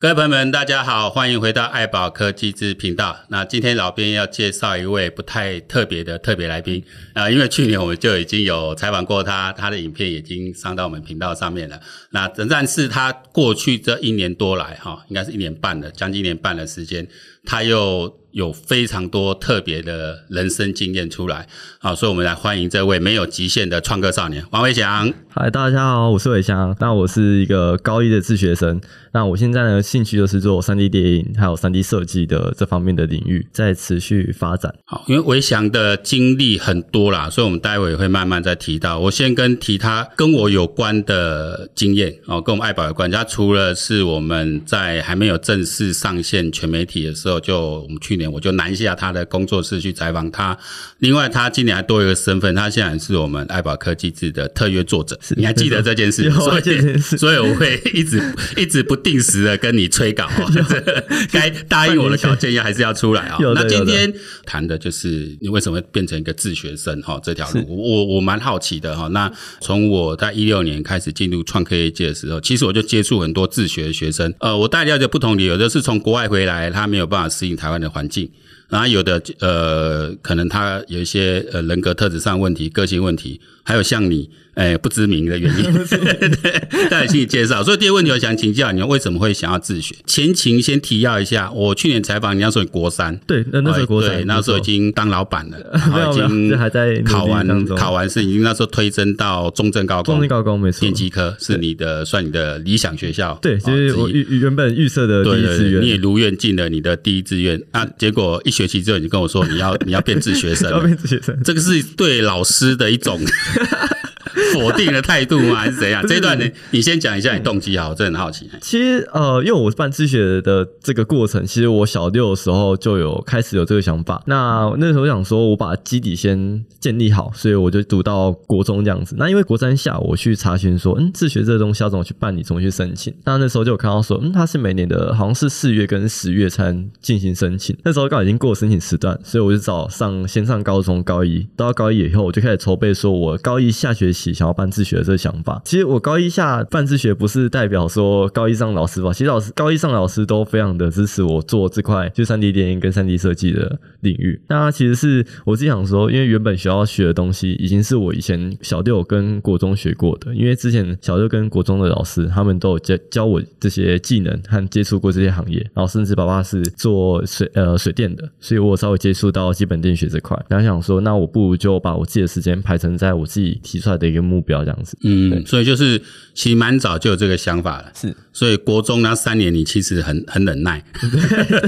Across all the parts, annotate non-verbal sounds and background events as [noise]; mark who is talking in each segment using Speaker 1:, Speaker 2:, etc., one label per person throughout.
Speaker 1: 各位朋友们，大家好，欢迎回到爱宝科技之频道。那今天老编要介绍一位不太特别的特别来宾啊、因为去年我们就已经有采访过他，他的影片已经上到我们频道上面了。那仍然是他过去这一年多来哈、应该是一年半了，将近一年半的时间，他又有非常多特别的人生经验出来啊、所以我们来欢迎这位没有极限的创客少年王伟翔。
Speaker 2: 嗨，大家好，我是伟翔。那我是一个高一的自学生。那我现在呢，兴趣就是做 3D 电影还有 3D 设计的这方面的领域，在持续发展。
Speaker 1: 好，因为维翔的经历很多啦，所以我们待会也会慢慢再提到。我先跟提他跟我有关的经验哦，跟我们爱宝有关。他除了是我们在还没有正式上线全媒体的时候，就我们去年我就南下他的工作室去采访他。另外，他今年还多一个身份，他现在是我们爱宝科技志的特约作者。你还记得这件事？
Speaker 2: 有我
Speaker 1: 所以
Speaker 2: 记得这件事
Speaker 1: 所以我会一直一直不定时的跟你催稿哦，这 [laughs] 该答应我的稿件要还是要出来啊、哦。
Speaker 2: 有的
Speaker 1: 那今
Speaker 2: 有的
Speaker 1: 天。今天谈的就是你为什么会变成一个自学生哈这条路，我我我蛮好奇的哈。那从我在一六年开始进入创科业界的时候，其实我就接触很多自学的学生，呃，我大概了解不同理由，有的是从国外回来，他没有办法适应台湾的环境。然后有的呃，可能他有一些呃人格特质上的问题、个性问题，还有像你，哎、不知名的原因，
Speaker 2: [laughs]
Speaker 1: [laughs] 对，大家请你介绍。所以第二个问题，我想请教你，为什么会想要自学？前情先提要一下，我去年采访你，那时候你国三，
Speaker 2: 对，那那时候国
Speaker 1: 哎对
Speaker 2: 产，
Speaker 1: 那时候已经当老板了，
Speaker 2: [laughs]
Speaker 1: 然后已
Speaker 2: 没有没有
Speaker 1: 经
Speaker 2: 这还在努力
Speaker 1: 考完
Speaker 2: 当中
Speaker 1: 考完是已经那时候推甄到中正高工，
Speaker 2: 中正高工没错
Speaker 1: 电机科是你的算你的理想学校，
Speaker 2: 对，就是
Speaker 1: 哦
Speaker 2: 我
Speaker 1: 之一
Speaker 2: 预预原本预设的第
Speaker 1: 对
Speaker 2: 一
Speaker 1: 对
Speaker 2: 志
Speaker 1: 对，你也
Speaker 2: 愿，
Speaker 1: 如愿进了你的第一志愿啊，结果一学期之后你就跟我说你要 [laughs] 你要变自学生
Speaker 2: [laughs] 要
Speaker 1: 了，
Speaker 2: 变自学生。
Speaker 1: 这个是对老师的一种 [laughs] 否定的态度吗？还是怎样？这一段你你先讲一
Speaker 2: 嗯
Speaker 1: 下你动机好，我真的很好奇。
Speaker 2: 其实呃，因为我办自学的这个过程，其实我小六的时候就有开始有这个想法。那那时候想说，我把基底先建立好，所以我就读到国中这样子。那因为国三下我去查询说，嗯，自学这个东西要怎么去办理，怎么去申请。那那时候就有看到说，嗯，它是每年的好像是四月跟十月才能进行申请。那时候刚好已经过了申请时段，所以我就找上先上高中高一，到高一以后我就开始筹备，说我高一下学期想要办自学的这个想法。其实我高一下办自学不是代表说高一上老师吧，其实老师高一上老师都非常的支持我做这块就三 D 电影跟三 D 设计的领域。那其实是我自己想说，因为原本学校学的东西已经是我以前小六跟国中学过的，因为之前小六跟国中的老师他们都有教教我这些技能和接触过这些行业，然后甚至爸爸是做水呃水电的，所以我有稍微接触到基本电学这块。然后想说，那我不如就把我自己的时间排成在我自己提出来的一个目标这样子。
Speaker 1: 嗯，所以就是其实蛮早就有这个想法了，
Speaker 2: 是，
Speaker 1: 所以国中那三年你其实很很忍耐，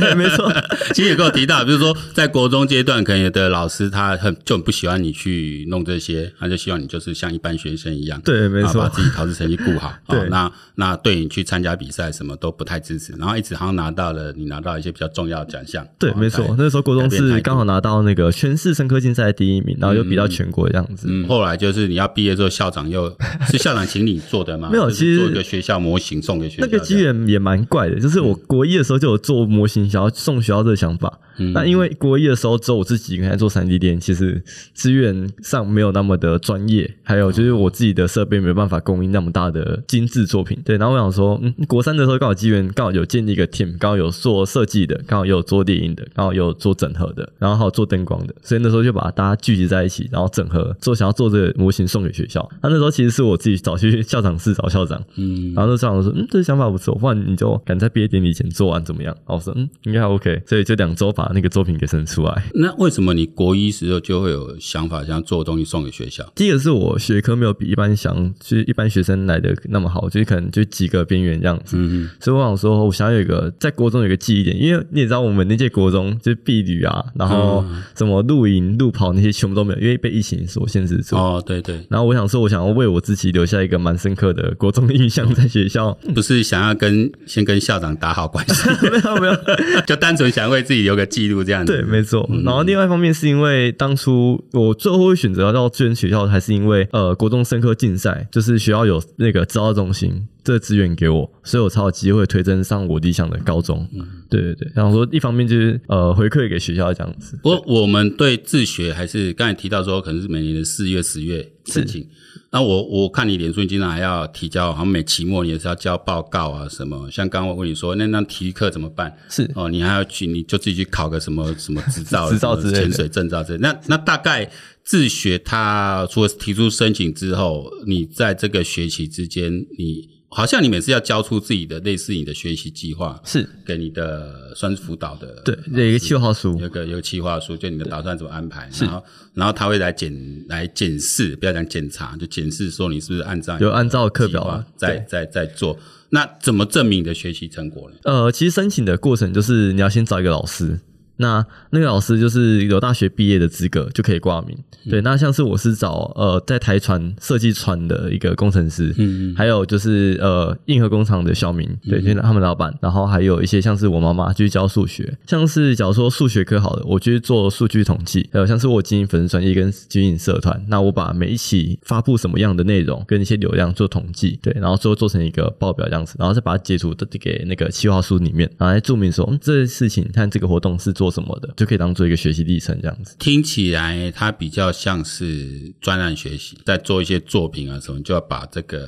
Speaker 2: 对， [laughs] 没错，
Speaker 1: 其实也跟我提到，比如说在国中阶段，可能有的老师他很就很不喜欢你去弄这些，他就希望你就是像一般学生一样，
Speaker 2: 对，没
Speaker 1: 啊把
Speaker 2: 错，
Speaker 1: 自己考试成绩顾好。
Speaker 2: [laughs] 对
Speaker 1: 哦、那那对你去参加比赛什么都不太支持，然后一直好像拿到了你拿到一些比较重要的奖项。
Speaker 2: 对，
Speaker 1: 哦
Speaker 2: 没错嗯
Speaker 1: 才。
Speaker 2: 那时候国
Speaker 1: 改
Speaker 2: 中
Speaker 1: 变态
Speaker 2: 是
Speaker 1: 度
Speaker 2: 刚好拿到那个全市生科竞赛第一名，然后又比到全国这样子。
Speaker 1: 嗯，后来就是你要毕业之后，校长又
Speaker 2: [laughs]
Speaker 1: 是校长请你做的吗？
Speaker 2: 没有
Speaker 1: 就是
Speaker 2: 其实
Speaker 1: 做一个学校模型送给学校
Speaker 2: 那
Speaker 1: 这
Speaker 2: 个
Speaker 1: 样。
Speaker 2: 机缘也蛮怪的，就是我国一的时候就有做模型，想要送学校这个想法。
Speaker 1: 嗯
Speaker 2: 那因为国一的时候只有我自己一个人在做三 D 电影，其实资源上没有那么的专业，还有就是我自己的设备没有办法供应那么大的精致作品。对，然后我想说，嗯，国三的时候刚好机缘刚好有建立一个 team，刚好有做设计的，刚好有做电影的，刚好有做整合的，然后还有做灯光的，所以那时候就把大家聚集在一起，然后整合做想要做这个模型送给学校。那那时候其实是我自己找去校长室找校长，
Speaker 1: 嗯，
Speaker 2: 然后那校长说，嗯，这个想法不错，不然你就赶在毕业典礼前做完怎么样？然后我说，嗯，应该还 OK，所以就两周把那个作品给生出来。
Speaker 1: 那为什么你国一时候就会有想法，想要做东西送给学校？
Speaker 2: 第一个是我学科没有比一般想，就是一般学生来的那么好，就是可能就及格边缘这样子。
Speaker 1: 嗯，
Speaker 2: 所以我想说，我想要有一个在国中有一个记忆点，因为你也知道我们那届国中就是避旅啊，然后什么露营、路跑那些全部都没有，因为被疫情所限制住。
Speaker 1: 哦，对对，
Speaker 2: 然后我想说，我想要为我自己留下一个蛮深刻的国中印象，在学校 [laughs]
Speaker 1: 不是想要跟先跟校长打好关系， [laughs]
Speaker 2: 没有没有，
Speaker 1: 就单纯想为自己留个记录这样子。
Speaker 2: 对，没错。然后另外一方面是因为当初我最后会选择到志愿学校，还是因为呃国中生科竞赛，就是学校有那个指导中心。这个资源给我，所以我才有机会推甄上我理想的高中。对对对，然后说一方面就是呃回馈给学校这样子，
Speaker 1: 不过我们对自学还是刚才提到说，可能是每年的四月、十月申请。那我我看你脸书经常还要提交，好像每期末你也是要交报告啊什么。像刚刚我问你说，那那体育课怎么办？
Speaker 2: 是
Speaker 1: 哦，你还要去，你就自己去考个什么 [laughs] 什么执照、
Speaker 2: 执照
Speaker 1: 什么
Speaker 2: 之类的
Speaker 1: 潜水证照之类的。那那大概自学它，除了提出申请之后，你在这个学期之间，你好像你每次要交出自己的类似你的学习计划，
Speaker 2: 是，
Speaker 1: 给你的算是辅导的
Speaker 2: 对，有一个计划书，
Speaker 1: 有个有个企划书，就你的打算怎么安排，然后然后他会来检来检视，不要讲检查，就检视说你是不是按照
Speaker 2: 有按照课表
Speaker 1: 计划
Speaker 2: 啊
Speaker 1: 在在在做。那怎么证明你的学习成果呢？
Speaker 2: 呃，其实申请的过程就是你要先找一个老师，那那个老师就是有大学毕业的资格就可以挂名。
Speaker 1: 嗯
Speaker 2: 对，那像是我是找呃在台船设计船的一个工程师，
Speaker 1: 嗯
Speaker 2: 还有就是呃硬核工厂的小明，对，就是他们老板，然后还有一些像是我妈妈去教数学，像是假如说数学科好了，我去做数据统计，还有像是我经营粉丝专业跟经营社团，那我把每一期发布什么样的内容跟一些流量做统计，对，然后最后做成一个报表这样子，然后再把它截图的给那个企划书里面，然后来注明说，嗯，这件事情和这个活动是做什么的，就可以当做一个学习历程这样子。
Speaker 1: 听起来它比较像是专案学习，在做一些作品啊什么，就要把这个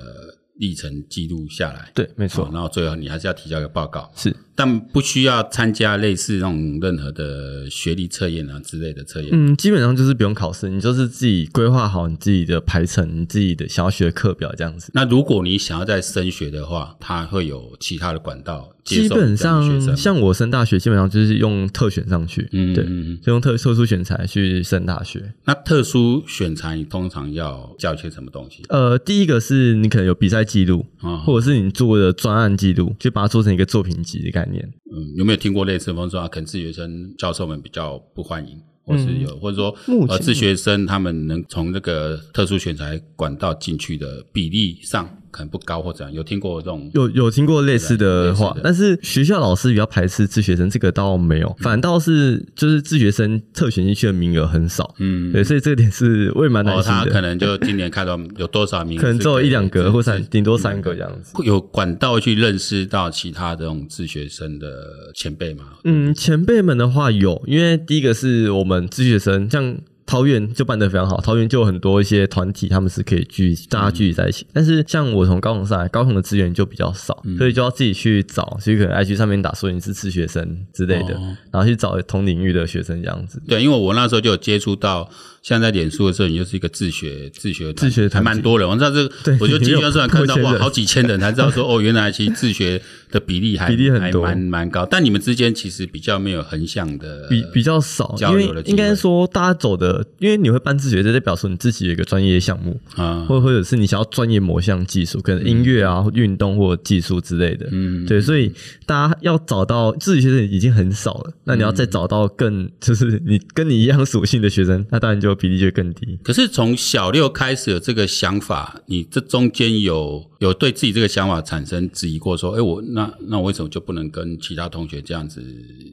Speaker 1: 历程记录下来。
Speaker 2: 对，没
Speaker 1: 好，然后最后你还是要提交一个报告，
Speaker 2: 是
Speaker 1: 但不需要参加类似那种任何的学历测验啊之类的测验。
Speaker 2: 嗯，基本上就是不用考试，你就是自己规划好你自己的排程，你自己的想要学的课表这样子。
Speaker 1: 那如果你想要在升学的话，它会有其他的管道接
Speaker 2: 基
Speaker 1: 受这样
Speaker 2: 本
Speaker 1: 的学生
Speaker 2: 上，
Speaker 1: 吗。
Speaker 2: 像我升大学，基本上就是用特选上去，
Speaker 1: 嗯，
Speaker 2: 对，
Speaker 1: 嗯嗯
Speaker 2: 就用特特殊选材去升大学。
Speaker 1: 那特殊选材你通常要教一些什么东西？
Speaker 2: 呃，第一个是你可能有比赛记录，
Speaker 1: 啊、
Speaker 2: 或者是你做的专案记录，就把它做成一个作品集的概念。
Speaker 1: 嗯，有没有听过类似的风说啊？可能自学生教授们比较不欢迎，或是有，或者说
Speaker 2: 嗯目前
Speaker 1: 呃，自学生他们能从这个特殊选材管道进去的比例上可能不高，或怎样？有听过这种？
Speaker 2: 有有听过类似的
Speaker 1: 啊类
Speaker 2: 话
Speaker 1: 似的，
Speaker 2: 但是学校老师比较排斥自学生，这个倒没
Speaker 1: 嗯
Speaker 2: 有，反倒是就是自学生特选进去的名额很少，
Speaker 1: 嗯，
Speaker 2: 对，所以这点是我也蛮担
Speaker 1: 哦，
Speaker 2: 心
Speaker 1: 他
Speaker 2: 的。
Speaker 1: 可能就今年看到有多少名，
Speaker 2: 可能只有一两
Speaker 1: 是
Speaker 2: 个，
Speaker 1: 给
Speaker 2: 或三顶多
Speaker 1: 嗯
Speaker 2: 三个这样子。
Speaker 1: 会有管道去认识到其他这种自学生的前辈吗？
Speaker 2: 嗯，前辈们的话有，因为第一个是我们自学生，像桃园就办得非常好，桃园就有很多一些团体，他们是可以聚大家聚集在一起。
Speaker 1: 嗯
Speaker 2: 但是像我从高雄上来，高雄的资源就比较少，所以就要自己去找，所以可能 IG 上面打说你是自学生之类的，
Speaker 1: 哦
Speaker 2: 然后去找同领域的学生这样子。
Speaker 1: 对，因为我那时候就有接触到，像在脸书的时候，你就是一个自学自学团体
Speaker 2: 自学
Speaker 1: 还
Speaker 2: 团体
Speaker 1: 蛮多人。我知道这个
Speaker 2: 对，
Speaker 1: 我就进去的时候看到
Speaker 2: 有破千
Speaker 1: 哇，
Speaker 2: 人
Speaker 1: 好几千人，才知道说哦，原来其实自学的比例还
Speaker 2: [laughs] 比例
Speaker 1: 还
Speaker 2: 很多
Speaker 1: 蛮蛮高。但你们之间其实比较没有横向的
Speaker 2: 比比较少，
Speaker 1: 交
Speaker 2: 因为
Speaker 1: 流的机会
Speaker 2: 应该说大家走的，因为你会办自学，这代表说你自己有一个专业项目，
Speaker 1: 啊，
Speaker 2: 或或者是你想要专业某项技术，可能音乐啊、运动或技术之类的。
Speaker 1: 嗯，
Speaker 2: 对，所以大家要找到自己学生已经很少了，那你要
Speaker 1: 嗯
Speaker 2: 再找到更就是你跟你一样属性的学生，那当然就比例就更低。
Speaker 1: 可是从小六开始有这个想法，你这中间有有对自己这个想法产生质疑过，说，哎，我那那我为什么就不能跟其他同学这样子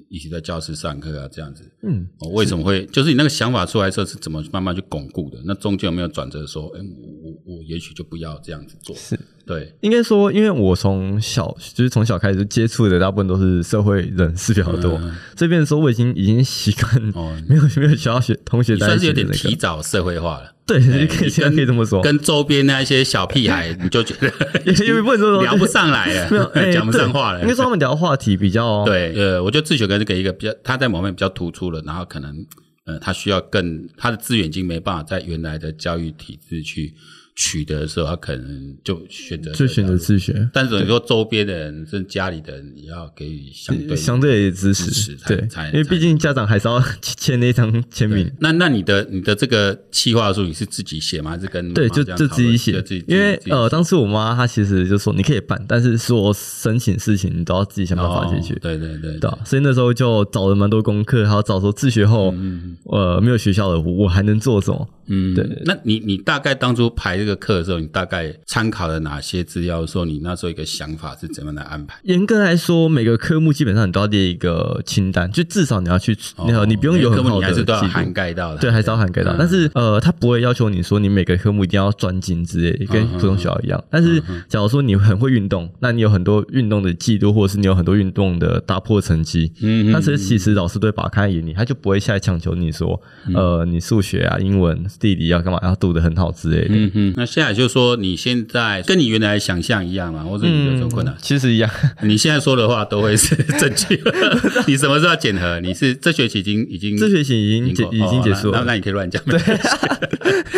Speaker 1: 一起在教室上课啊？这样子，
Speaker 2: 嗯，
Speaker 1: 我、为什么会就是你那个想法出来之后是怎么慢慢去巩固的？那中间有没有转折说，哎，我我我也许就不要这样子做？
Speaker 2: 是
Speaker 1: 对，
Speaker 2: 应该说，因为我从小就是从小开始接触的，大部分都是社会人士比较多，这边说我已经已经习惯
Speaker 1: 嗯哦
Speaker 2: 没有没有学校学同学
Speaker 1: 你算
Speaker 2: 在
Speaker 1: 是
Speaker 2: 一起
Speaker 1: 有
Speaker 2: 的
Speaker 1: 点
Speaker 2: 那个
Speaker 1: 提，早社会化了。
Speaker 2: 对，
Speaker 1: 哎
Speaker 2: [laughs] 可以
Speaker 1: 你
Speaker 2: 现在
Speaker 1: 跟
Speaker 2: 可以这么 [laughs] 说，
Speaker 1: 跟周边那一些小屁孩，你就觉
Speaker 2: [laughs]
Speaker 1: 得
Speaker 2: 也也不能说
Speaker 1: 聊不上来
Speaker 2: [laughs] 没有，
Speaker 1: 了，
Speaker 2: 哎
Speaker 1: [laughs] 讲不上
Speaker 2: 对
Speaker 1: 话了。
Speaker 2: 应该说他们聊话题
Speaker 1: [laughs]
Speaker 2: 比较
Speaker 1: 对，呃，我觉得自学可能是给一个比较，他在某方面比较突出了，然后可能，呃，他需要更他的资源已经没办法在原来的教育体制去取得的时候，他可能就选择
Speaker 2: 就选择
Speaker 1: 自。
Speaker 2: 自学，
Speaker 1: 但是你说周边的人，甚至家里的人，也要给予相对
Speaker 2: 相对支持，
Speaker 1: 支持才
Speaker 2: 对
Speaker 1: 才，
Speaker 2: 因为毕竟家长还是要签那张签名。
Speaker 1: 那那你的你的这个企划书，你是自己写吗？还是跟
Speaker 2: 对，
Speaker 1: 妈妈
Speaker 2: 就
Speaker 1: 这样
Speaker 2: 就
Speaker 1: 讨
Speaker 2: 自己
Speaker 1: 论
Speaker 2: 写
Speaker 1: 就自己，
Speaker 2: 因为
Speaker 1: 自己
Speaker 2: 呃，当时我妈她其实就说你可以办，但是所有申请事情你都要自己想办法解决
Speaker 1: 哦，对对对
Speaker 2: 对吧？啊所以那时候就找了蛮多功课，还有找说自学后，呃，没有学校的我还能做什么？
Speaker 1: 嗯，
Speaker 2: 对对对
Speaker 1: 那你你大概当初排这个课的时候，你大概参考了哪些资料？说你那时候一个想法是怎么样来安排？
Speaker 2: 严格来说，每个科目基本上你都要列一个清单，就至少你要去，你、
Speaker 1: 哦
Speaker 2: 你不用有
Speaker 1: 每个科
Speaker 2: 很
Speaker 1: 目
Speaker 2: 好
Speaker 1: 你还
Speaker 2: 的
Speaker 1: 是
Speaker 2: 记
Speaker 1: 都要
Speaker 2: 录
Speaker 1: 涵盖到的，
Speaker 2: 对，还是要涵盖到。
Speaker 1: 嗯
Speaker 2: 但是呃，他不会要求你说你每个科目一定要专精之类，
Speaker 1: 嗯
Speaker 2: 跟普通学校一样。但是假如说你很会运动，那你有很多运动的记录，或者是你有很多运动的打破成绩，
Speaker 1: 嗯，嗯
Speaker 2: 但是其实老师都会把它看在眼里，他就不会下来强求你说，
Speaker 1: 嗯
Speaker 2: 呃，你数学啊、英文、地理要干嘛要读得很好之类的。
Speaker 1: 嗯哼，那现在就说你现在跟你原来想象一样嘛，或者你有什么困难？
Speaker 2: 嗯
Speaker 1: 嗯
Speaker 2: 其实一样，
Speaker 1: 你现在说的话都会是正确
Speaker 2: [laughs]
Speaker 1: 的。你什么时候要检核？你是这学期已经已经
Speaker 2: 这学期已经结已经结束
Speaker 1: 哦那那
Speaker 2: 了。
Speaker 1: 那你可以乱讲，没关系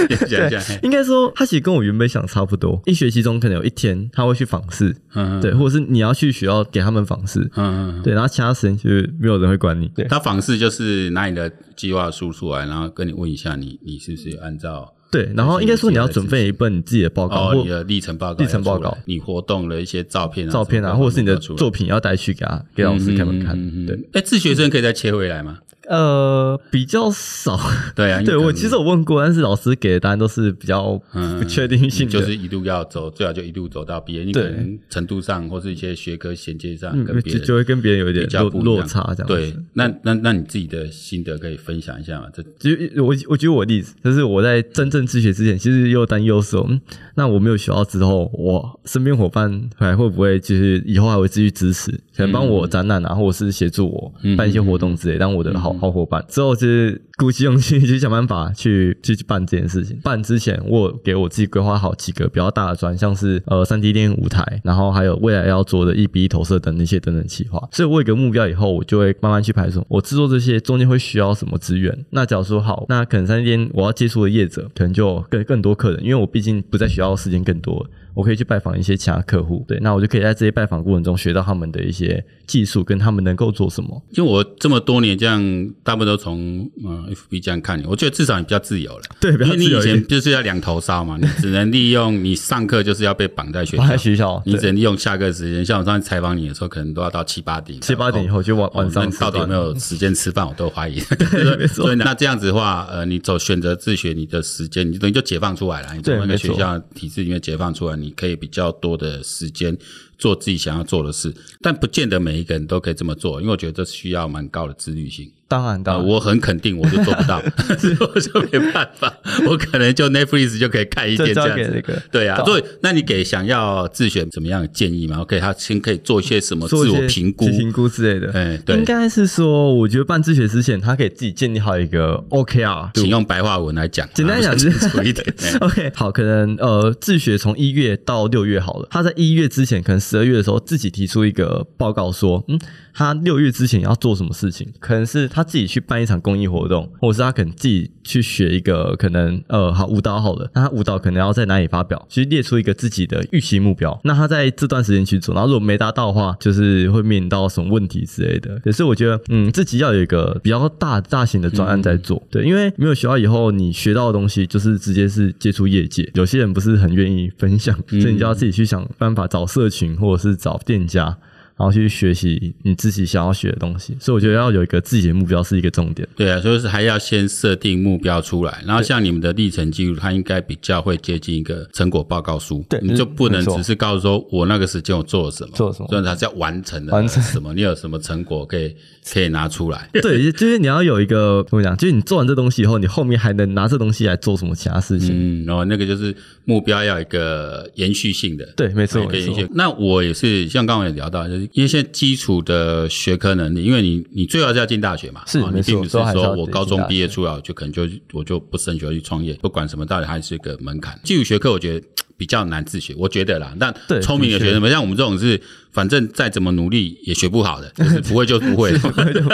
Speaker 1: 你 [laughs] 讲一下。嘿
Speaker 2: 应该说，他其实跟我原本想差不多。一学期中可能有一天他会去访视，
Speaker 1: 嗯，
Speaker 2: 对，或者是你要去学校给他们访视，
Speaker 1: 嗯，嗯嗯。
Speaker 2: 对，然后其他时间就是没有人会管你。对
Speaker 1: 他访视就是拿你的计划书出来，然后跟你问一下你你是不是有按照
Speaker 2: 对，然后应该说你要准备一份你自己的报告
Speaker 1: 哦
Speaker 2: 或
Speaker 1: 你的历程报告要出来、
Speaker 2: 历程报告
Speaker 1: 你活动的一些照片啊、
Speaker 2: 照片
Speaker 1: 什
Speaker 2: 啊，
Speaker 1: 么
Speaker 2: 或者是你
Speaker 1: 都
Speaker 2: 的
Speaker 1: 要出来
Speaker 2: 作品要带去给他给老师
Speaker 1: 嗯
Speaker 2: 他们看
Speaker 1: 嗯嗯。嗯
Speaker 2: 对，
Speaker 1: 哎，自学生可以再切回来吗？
Speaker 2: 呃，比较少。
Speaker 1: 对啊，因为
Speaker 2: [laughs] 对
Speaker 1: 可
Speaker 2: 我
Speaker 1: 能
Speaker 2: 其实有问过，但是老师给的答案都是比较
Speaker 1: 嗯
Speaker 2: 不确定性的，
Speaker 1: 就是一路要走，最好就一路走到毕业，因为
Speaker 2: 对
Speaker 1: 可能程度上或是一些学科衔接上
Speaker 2: 嗯
Speaker 1: 跟别
Speaker 2: 就
Speaker 1: 人
Speaker 2: 就会跟别人有一点
Speaker 1: 比较
Speaker 2: 落
Speaker 1: 不一样
Speaker 2: 落差这样。
Speaker 1: 对，，那那那你自己的心得可以分享一下吗？这
Speaker 2: 其实我我举我的例子，就是我在真正自学之前，其实又担忧说，嗯，那我没有学到之后，我身边伙伴还会不会就是以后还会继续支持，可能帮我展览啊，或者是协助我
Speaker 1: 嗯
Speaker 2: 办一些活动之类，当我的好好伙伴。之后就是鼓起勇气 [laughs] 去想办法去去去办这件事情。办之前，我有给我自己规划好几个比较大的专，像是呃三 D 电影舞台，然后还有未来要做的一比一投射等那些等等企划。所以我有一个目标以后，我就会慢慢去排除我制作这些中间会需要什么资源。那假如说好，那可能三 D 电影我要接触的业者可能就有更更多客人，因为我毕竟不在学校的时间更多了。我可以去拜访一些其他客户，对，那我就可以在这些拜访过程中学到他们的一些技术，跟他们能够做什么。
Speaker 1: 因为我这么多年这样，大部分都从嗯 FB 这样看你，我觉得至少你比较自由了。
Speaker 2: 对，不
Speaker 1: 因
Speaker 2: 要
Speaker 1: 为你
Speaker 2: 自由
Speaker 1: 以
Speaker 2: 一点
Speaker 1: 前就是要两头烧嘛，你只能利用你上课就是要被绑在学校
Speaker 2: 放，在学校，
Speaker 1: 你
Speaker 2: 对
Speaker 1: 只能利用下课时间。像我上次采访你的时候，可能都要到七八点，
Speaker 2: 七八点以
Speaker 1: 后。
Speaker 2: 后就晚晚上
Speaker 1: 哦
Speaker 2: 吃
Speaker 1: 那到底有
Speaker 2: 饭
Speaker 1: 没有时间吃饭，我都
Speaker 2: [laughs]
Speaker 1: 怀疑。对
Speaker 2: 没错
Speaker 1: [laughs] 所以那这样子的话，呃，你走选择自学，你的时间，你等于就解放出来了，你从
Speaker 2: 对
Speaker 1: 那个
Speaker 2: 没
Speaker 1: 学
Speaker 2: 错
Speaker 1: 校体制里面解放出来，你可以比较多的时间做自己想要做的事。但不见得每一个人都可以这么做，因为我觉得这需要蛮高的自律性。
Speaker 2: 当然
Speaker 1: 啊，
Speaker 2: 当然，
Speaker 1: 我很肯定，我就做不
Speaker 2: [laughs]
Speaker 1: 到，所以我就没办法，我可能就 Netflix 就可以看一
Speaker 2: 这
Speaker 1: 点
Speaker 2: 交
Speaker 1: 这样
Speaker 2: 给
Speaker 1: 子。
Speaker 2: 那个
Speaker 1: 对啊，
Speaker 2: 到
Speaker 1: 所以那你给想要自学怎么样的建议吗？OK，他先可以做一些什么
Speaker 2: 做
Speaker 1: 哦自
Speaker 2: 一
Speaker 1: 我
Speaker 2: 些
Speaker 1: 评估？
Speaker 2: 评估之类的。
Speaker 1: 哎，对
Speaker 2: 应，该是说，我觉得办自学之前，他可以自己建立好一个 OKR。
Speaker 1: 请用白话文来讲，
Speaker 2: 简单
Speaker 1: 啊
Speaker 2: 讲
Speaker 1: 比
Speaker 2: 就
Speaker 1: 较
Speaker 2: 是
Speaker 1: 清楚一
Speaker 2: [laughs]
Speaker 1: 点。哎
Speaker 2: OK，好，可能呃，自学从一月到六月好了，他在一月之前，可能十二月的时候自己提出一个报告说，嗯，他六月之前要做什么事情，可能是他自己去办一场公益活动，或者是他可能自己去学一个可能呃好舞蹈好了，那他舞蹈可能要在哪里发表，去列出一个自己的预期目标，那他在这段时间去做，然后如果没达到的话，就是会面临到什么问题之类的，也是我觉得嗯，自己要有一个比较大大型的专案在做，对，因为没有学到以后，你学到的东西就是直接是接触业界，有些人不是很愿意分享，所以你就要自己去想办法找社群或者是找店家。然后去学习你自己想要学的东西，所以我觉得要有一个自己的目标是一个重点。
Speaker 1: 对啊，所以是还要先设定目标出来，然后像你们的历程记录，它应该比较会接近一个成果报告书。
Speaker 2: 对嗯
Speaker 1: 你就不能
Speaker 2: 没错
Speaker 1: 只是告诉说我那个时间我做了什么，
Speaker 2: 做了什么
Speaker 1: 所以它是要完成的
Speaker 2: 完成
Speaker 1: 什么，你有什么成果可以可以拿出来。
Speaker 2: 对，就是你要有一个怎么讲，就是你做完这东西以后，你后面还能拿这东西来做什么其他事情？
Speaker 1: 嗯，然后那个就是目标要有一个延续性的。
Speaker 2: 对，没错，
Speaker 1: 可
Speaker 2: 没
Speaker 1: 以
Speaker 2: 错
Speaker 1: 延，续。那我也是，像刚刚也聊到，就是因为现在基础的学科能力，因为你你最好是要进大学嘛，
Speaker 2: 是
Speaker 1: 哦你
Speaker 2: 没错
Speaker 1: 并不是
Speaker 2: 都还是要
Speaker 1: 说我
Speaker 2: 进
Speaker 1: 高中
Speaker 2: 大学
Speaker 1: 毕业出来，我就可能就我就不升学去创业，不管什么道理，还是一个门槛。基础学科我觉得嘖比较难自学，我觉得啦。但
Speaker 2: 对
Speaker 1: 聪明的
Speaker 2: 的确
Speaker 1: 学生们，像我们这种是反正再怎么努力也学不好的，就是不会就不会。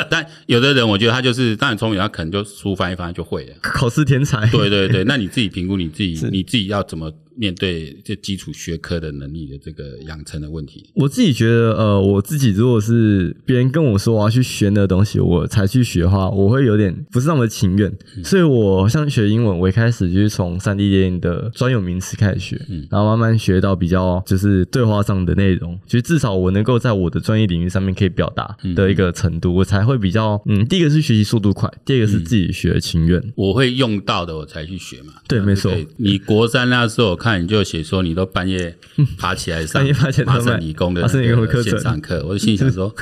Speaker 1: 但有的人，我觉得他就是当然聪明，他可能就书翻一翻就会了。
Speaker 2: 考试天才。
Speaker 1: 对对对，那你自己评估你自己，你自己要怎么面对这基础学科的能力的这个养成的问题？
Speaker 2: 我自己觉得，呃，我自己如果是别人跟我说我要去学那个东西，我才去学的话，我会有点不是那么情愿。所以我像学英文，我一开始就是从三 D 电影的专有名词开始学，然后慢慢学到比较就是对话上的内容。其实至少少我能够在我的专业领域上面可以表达的一个程度，我才会比较嗯，第一个是学习速度快，第二个是自己学情愿。
Speaker 1: 我会用到的，我才去学嘛。
Speaker 2: 对没错
Speaker 1: 对你国三那时候，我看你就写说你都半夜爬起来上
Speaker 2: [laughs] 半夜爬起来上
Speaker 1: 麻
Speaker 2: 班
Speaker 1: 省理工的
Speaker 2: 麻省理
Speaker 1: 那
Speaker 2: 工
Speaker 1: 个
Speaker 2: 的课程
Speaker 1: 线上课，我就心里想说，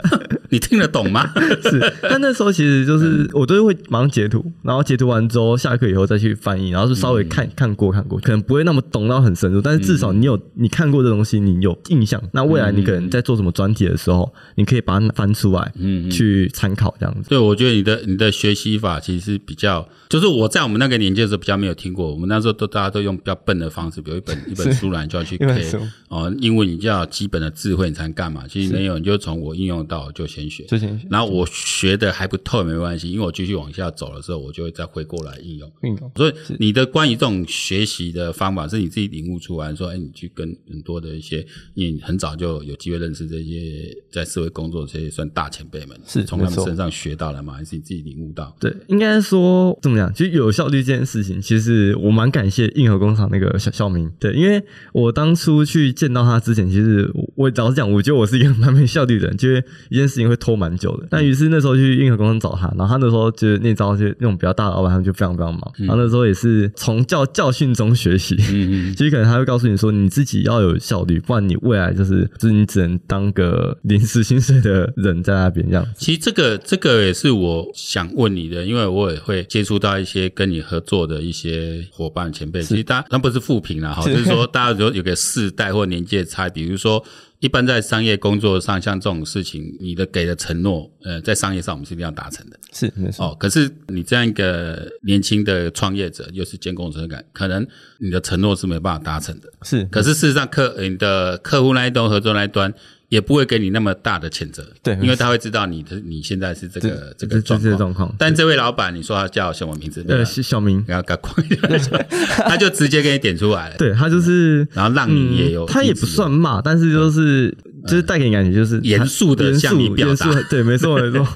Speaker 1: [laughs] 你听得懂吗？ [laughs]
Speaker 2: 是， [laughs] 但那时候其实
Speaker 1: 嗯
Speaker 2: 就是我都会马上截图，然后截图完之后下课以后再去翻译，然后就稍
Speaker 1: 嗯
Speaker 2: 微看、看过看过，可能不会那么懂到很深入，但是至少你有、你看过这东西，你有印象，那未来你可能在做什么专题的时候，你可以把它翻出来，
Speaker 1: 嗯嗯
Speaker 2: 去参考这样子。
Speaker 1: 对，我觉得你的你的学习法其实比较，就是我在我们那个年纪的时候比较没有听过，我们那时候都大家都用比较笨的方式，比如一本一本书来你就要去
Speaker 2: 一本
Speaker 1: K
Speaker 2: 书
Speaker 1: 哦，英文你就要有基本的智慧，你才能干嘛？其实没有，你就从我应用到我就先学，
Speaker 2: 就先学
Speaker 1: 然后我学的还不透也没关系，因为我继续往下走的时候，我就会再回过来应用。
Speaker 2: 运动
Speaker 1: 所以你的关于这种学习的方法，是你自己领悟出来，说，哎，你去跟很多的一些，因为你很早就有机会认识这些在社会工作的这些算大前辈们，
Speaker 2: 是
Speaker 1: 从他
Speaker 2: 没
Speaker 1: 们
Speaker 2: 错
Speaker 1: 身上学到了吗？还是你自己领悟到？
Speaker 2: 对，应该说怎么讲？其实有效率这件事情，其实我蛮感谢硬核工厂那个小小明。对，因为我当初去见到他之前，其实我我老实讲，我觉得我是一个 [laughs] 蛮没效率的人，就是一件事情会拖蛮久的。那于是那时候去硬核工厂找他，然后他那时候就是那招就是那种比较大的老板，他们就非常非常忙。然后那时候也是从教教训中学习。
Speaker 1: 嗯
Speaker 2: [laughs]
Speaker 1: 嗯，
Speaker 2: 其实可能他会告诉你说，你自己要有效率，不然你未来就是就是你只能当个临时薪水的人在那边这样。
Speaker 1: 其实这个这个也是我想问你的，因为我也会接触到一些跟你合作的一些伙伴前辈，其实大家他不是负评 [laughs] 啦哈，就是说大家有有个世代或年纪的差，比如说。一般在商业工作上，像这种事情，你的给的承诺，呃，在商业上我们是一定要达成的。
Speaker 2: 是没错
Speaker 1: 哦，可是你这样一个年轻的创业者，又是兼工程感，可能你的承诺是没办法达成的。
Speaker 2: 是
Speaker 1: 可是事实上客，你的客户那一端、合作那一端也不会给你那么大的谴责，
Speaker 2: 对
Speaker 1: 因为他会知道你的你现在是这个这
Speaker 2: 这
Speaker 1: 个
Speaker 2: 这
Speaker 1: 状
Speaker 2: 这
Speaker 1: 况。
Speaker 2: 状况。
Speaker 1: 但这位老板，你说他叫什么名字？
Speaker 2: 呃，
Speaker 1: 对吧啊
Speaker 2: 小小明，
Speaker 1: 然后给他框一下，
Speaker 2: [laughs]
Speaker 1: 他就直接给你点出来了，
Speaker 2: 对他就
Speaker 1: 嗯
Speaker 2: 是，嗯
Speaker 1: 然后让你也有，嗯
Speaker 2: 他也不算骂，但是就是就是带给你感觉就是
Speaker 1: 严肃地
Speaker 2: 严肃
Speaker 1: 向你表达哎
Speaker 2: 严肃对，没错没
Speaker 1: [laughs]
Speaker 2: 错。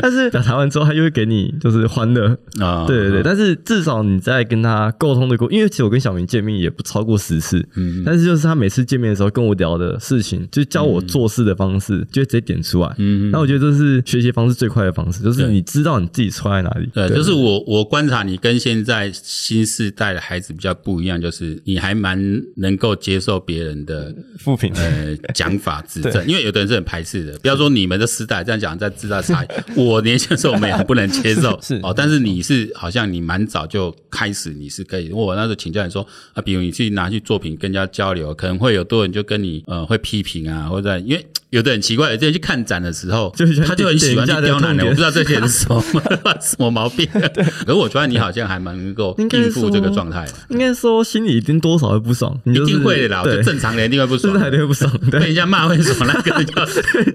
Speaker 2: 但是表达完之后，他又会给你就是欢乐，
Speaker 1: 啊，
Speaker 2: 对对对。但是至少你在跟他沟通的过，因为其实我跟小明见面也不超过十次，
Speaker 1: 嗯
Speaker 2: 但是就是他每次见面的时候跟我聊的事情，就教我做事的方式，就会直接点出来。
Speaker 1: 嗯，
Speaker 2: 那我觉得这是学习方式最快的方式，就是
Speaker 1: 对
Speaker 2: 你知道你自己错在哪里。
Speaker 1: 对，就是我我观察你跟现在新世代的孩子比较不一样，就是你还蛮能够接受别人的 [laughs]
Speaker 2: 副品
Speaker 1: 呃讲法指正，因为有的人是很排斥的。不要说你们的时代这样讲，在知道
Speaker 2: [laughs]
Speaker 1: 差异，我年轻的时候我们也很不能接受，
Speaker 2: 是
Speaker 1: 哦。但是你是好像你蛮早就开始，你是可以。我那时候请教你说啊，比如你去拿去作品跟人家交流，可能会有多人就跟你呃会批评啊，或者因为。有的很奇怪，有的人去看展的时候，
Speaker 2: 就是喜欢
Speaker 1: 他就很喜欢去
Speaker 2: 点人家的
Speaker 1: 刁难
Speaker 2: 痛
Speaker 1: 的，
Speaker 2: 点
Speaker 1: 我不知道这些人是什么
Speaker 2: [laughs]
Speaker 1: 什么毛病。可是我觉得你好像还蛮能够
Speaker 2: 应该
Speaker 1: 应付
Speaker 2: 说
Speaker 1: 这个状态，
Speaker 2: 应该说心里一定多少会不爽，你
Speaker 1: 一
Speaker 2: 就是
Speaker 1: 定会的啦。
Speaker 2: 对
Speaker 1: 就正常人一定会不
Speaker 2: 是
Speaker 1: 爽，
Speaker 2: 还对不爽，
Speaker 1: 被
Speaker 2: 对
Speaker 1: 人家骂会爽，那个 [laughs]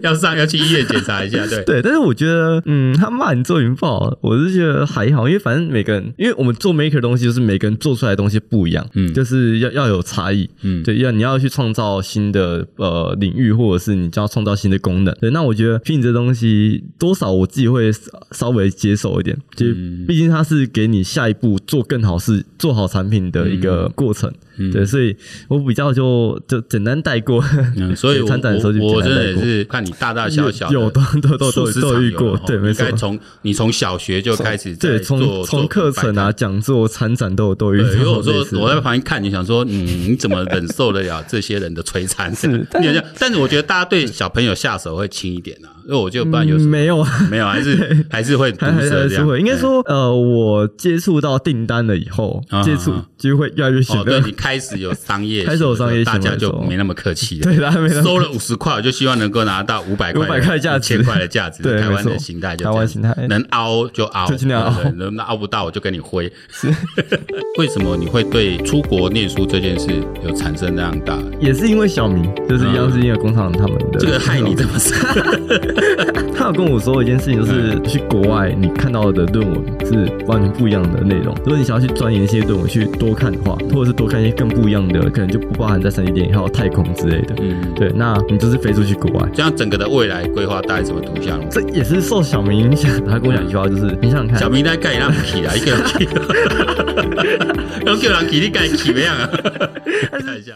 Speaker 1: 要要上要去医院检查一下，对。
Speaker 2: 对。但是我觉得，嗯，他骂你作品不好，我是觉得还好，因为反正每个人，因为我们做 maker 的东西，就是每个人做出来的东西不一样，
Speaker 1: 嗯
Speaker 2: 就是要要有差异，
Speaker 1: 嗯
Speaker 2: 对，要你要去创造新的呃领域，或者是你就要创造新的功能。对，那我觉得拼这东西多少我自己会稍稍微接受一点，就是
Speaker 1: 嗯
Speaker 2: 毕竟它是给你下一步做更好事、做好产品的一
Speaker 1: 嗯
Speaker 2: 个过程。对，所以我比较就就简单带过。 [laughs]
Speaker 1: 嗯，所以我
Speaker 2: 参展的时候就
Speaker 1: 我我
Speaker 2: 简
Speaker 1: 真
Speaker 2: 单
Speaker 1: 的
Speaker 2: 带
Speaker 1: 也
Speaker 2: 过
Speaker 1: 是看你大大小小的
Speaker 2: 有有都都都
Speaker 1: 数
Speaker 2: 都
Speaker 1: 十
Speaker 2: 都
Speaker 1: 场
Speaker 2: 遇
Speaker 1: 有
Speaker 2: 过
Speaker 1: 了哈
Speaker 2: 对没
Speaker 1: 应该
Speaker 2: 错
Speaker 1: 从你从小学就开始在
Speaker 2: 对，
Speaker 1: 做
Speaker 2: 从
Speaker 1: 做
Speaker 2: 从课程
Speaker 1: 摆
Speaker 2: 啊、
Speaker 1: 摊
Speaker 2: 讲座、参展都有都遇 [laughs]
Speaker 1: 对，因为
Speaker 2: 到
Speaker 1: 我
Speaker 2: 类似
Speaker 1: 说
Speaker 2: 的。
Speaker 1: 我在旁边看，你想说，嗯，你怎么忍受得了这些人的摧残？是， [laughs] 你好像，但是我觉得大家对小朋友下手会轻一点啊，因为我就不然有什
Speaker 2: 嗯
Speaker 1: 么
Speaker 2: 没有啊，
Speaker 1: 没有，还
Speaker 2: [laughs]
Speaker 1: 是还是会毒
Speaker 2: 还还
Speaker 1: 舌
Speaker 2: 还
Speaker 1: 这
Speaker 2: 是
Speaker 1: 样。
Speaker 2: 会，应该
Speaker 1: 啊哎
Speaker 2: 说，呃，我接触到订单了以后
Speaker 1: 啊，
Speaker 2: 接触
Speaker 1: 啊
Speaker 2: 就会越来越显
Speaker 1: 哦，
Speaker 2: 得
Speaker 1: 对你开始有商业行为的时候，
Speaker 2: [laughs] 开始有商业行
Speaker 1: 大
Speaker 2: 为的时
Speaker 1: 家
Speaker 2: 候
Speaker 1: 就没那么客气了。
Speaker 2: [laughs] 对大家没那么
Speaker 1: 收了五十块，我就希望能够拿到五百块、
Speaker 2: 500块价值
Speaker 1: 千块的价值。
Speaker 2: 对
Speaker 1: 台湾
Speaker 2: 没
Speaker 1: 的
Speaker 2: 错
Speaker 1: 形态就
Speaker 2: 台湾
Speaker 1: 这样
Speaker 2: 形态
Speaker 1: 能凹就凹，
Speaker 2: 就尽量凹
Speaker 1: 对不对能凹不到我就跟你挥。 [laughs] 为什么你会对出国念书这件事有产生那样大？
Speaker 2: 也是因为小明，就是一样是因为工厂他们
Speaker 1: 嗯
Speaker 2: 的
Speaker 1: 这个害你这么深？
Speaker 2: [laughs] 他有跟我说一件事
Speaker 1: 哎
Speaker 2: 情，就是去国外你看到的论文是完全不一样的内容。如果你想要去钻研一些论文去多看的话，或者是多看一些更不一样的，可能就不包含在三 D 电影还有太空之类的。
Speaker 1: 嗯，
Speaker 2: 对，那你就是飞出去国外。
Speaker 1: 这样整个的未来规划大概什么图像？
Speaker 2: 这也是受小明影响，他跟我讲一句话，就是你想想
Speaker 1: 小
Speaker 2: 看，
Speaker 1: 明在盖那皮
Speaker 2: [laughs] [laughs]
Speaker 1: 啊，一个人去，要叫人给你盖起怎样啊？看一下。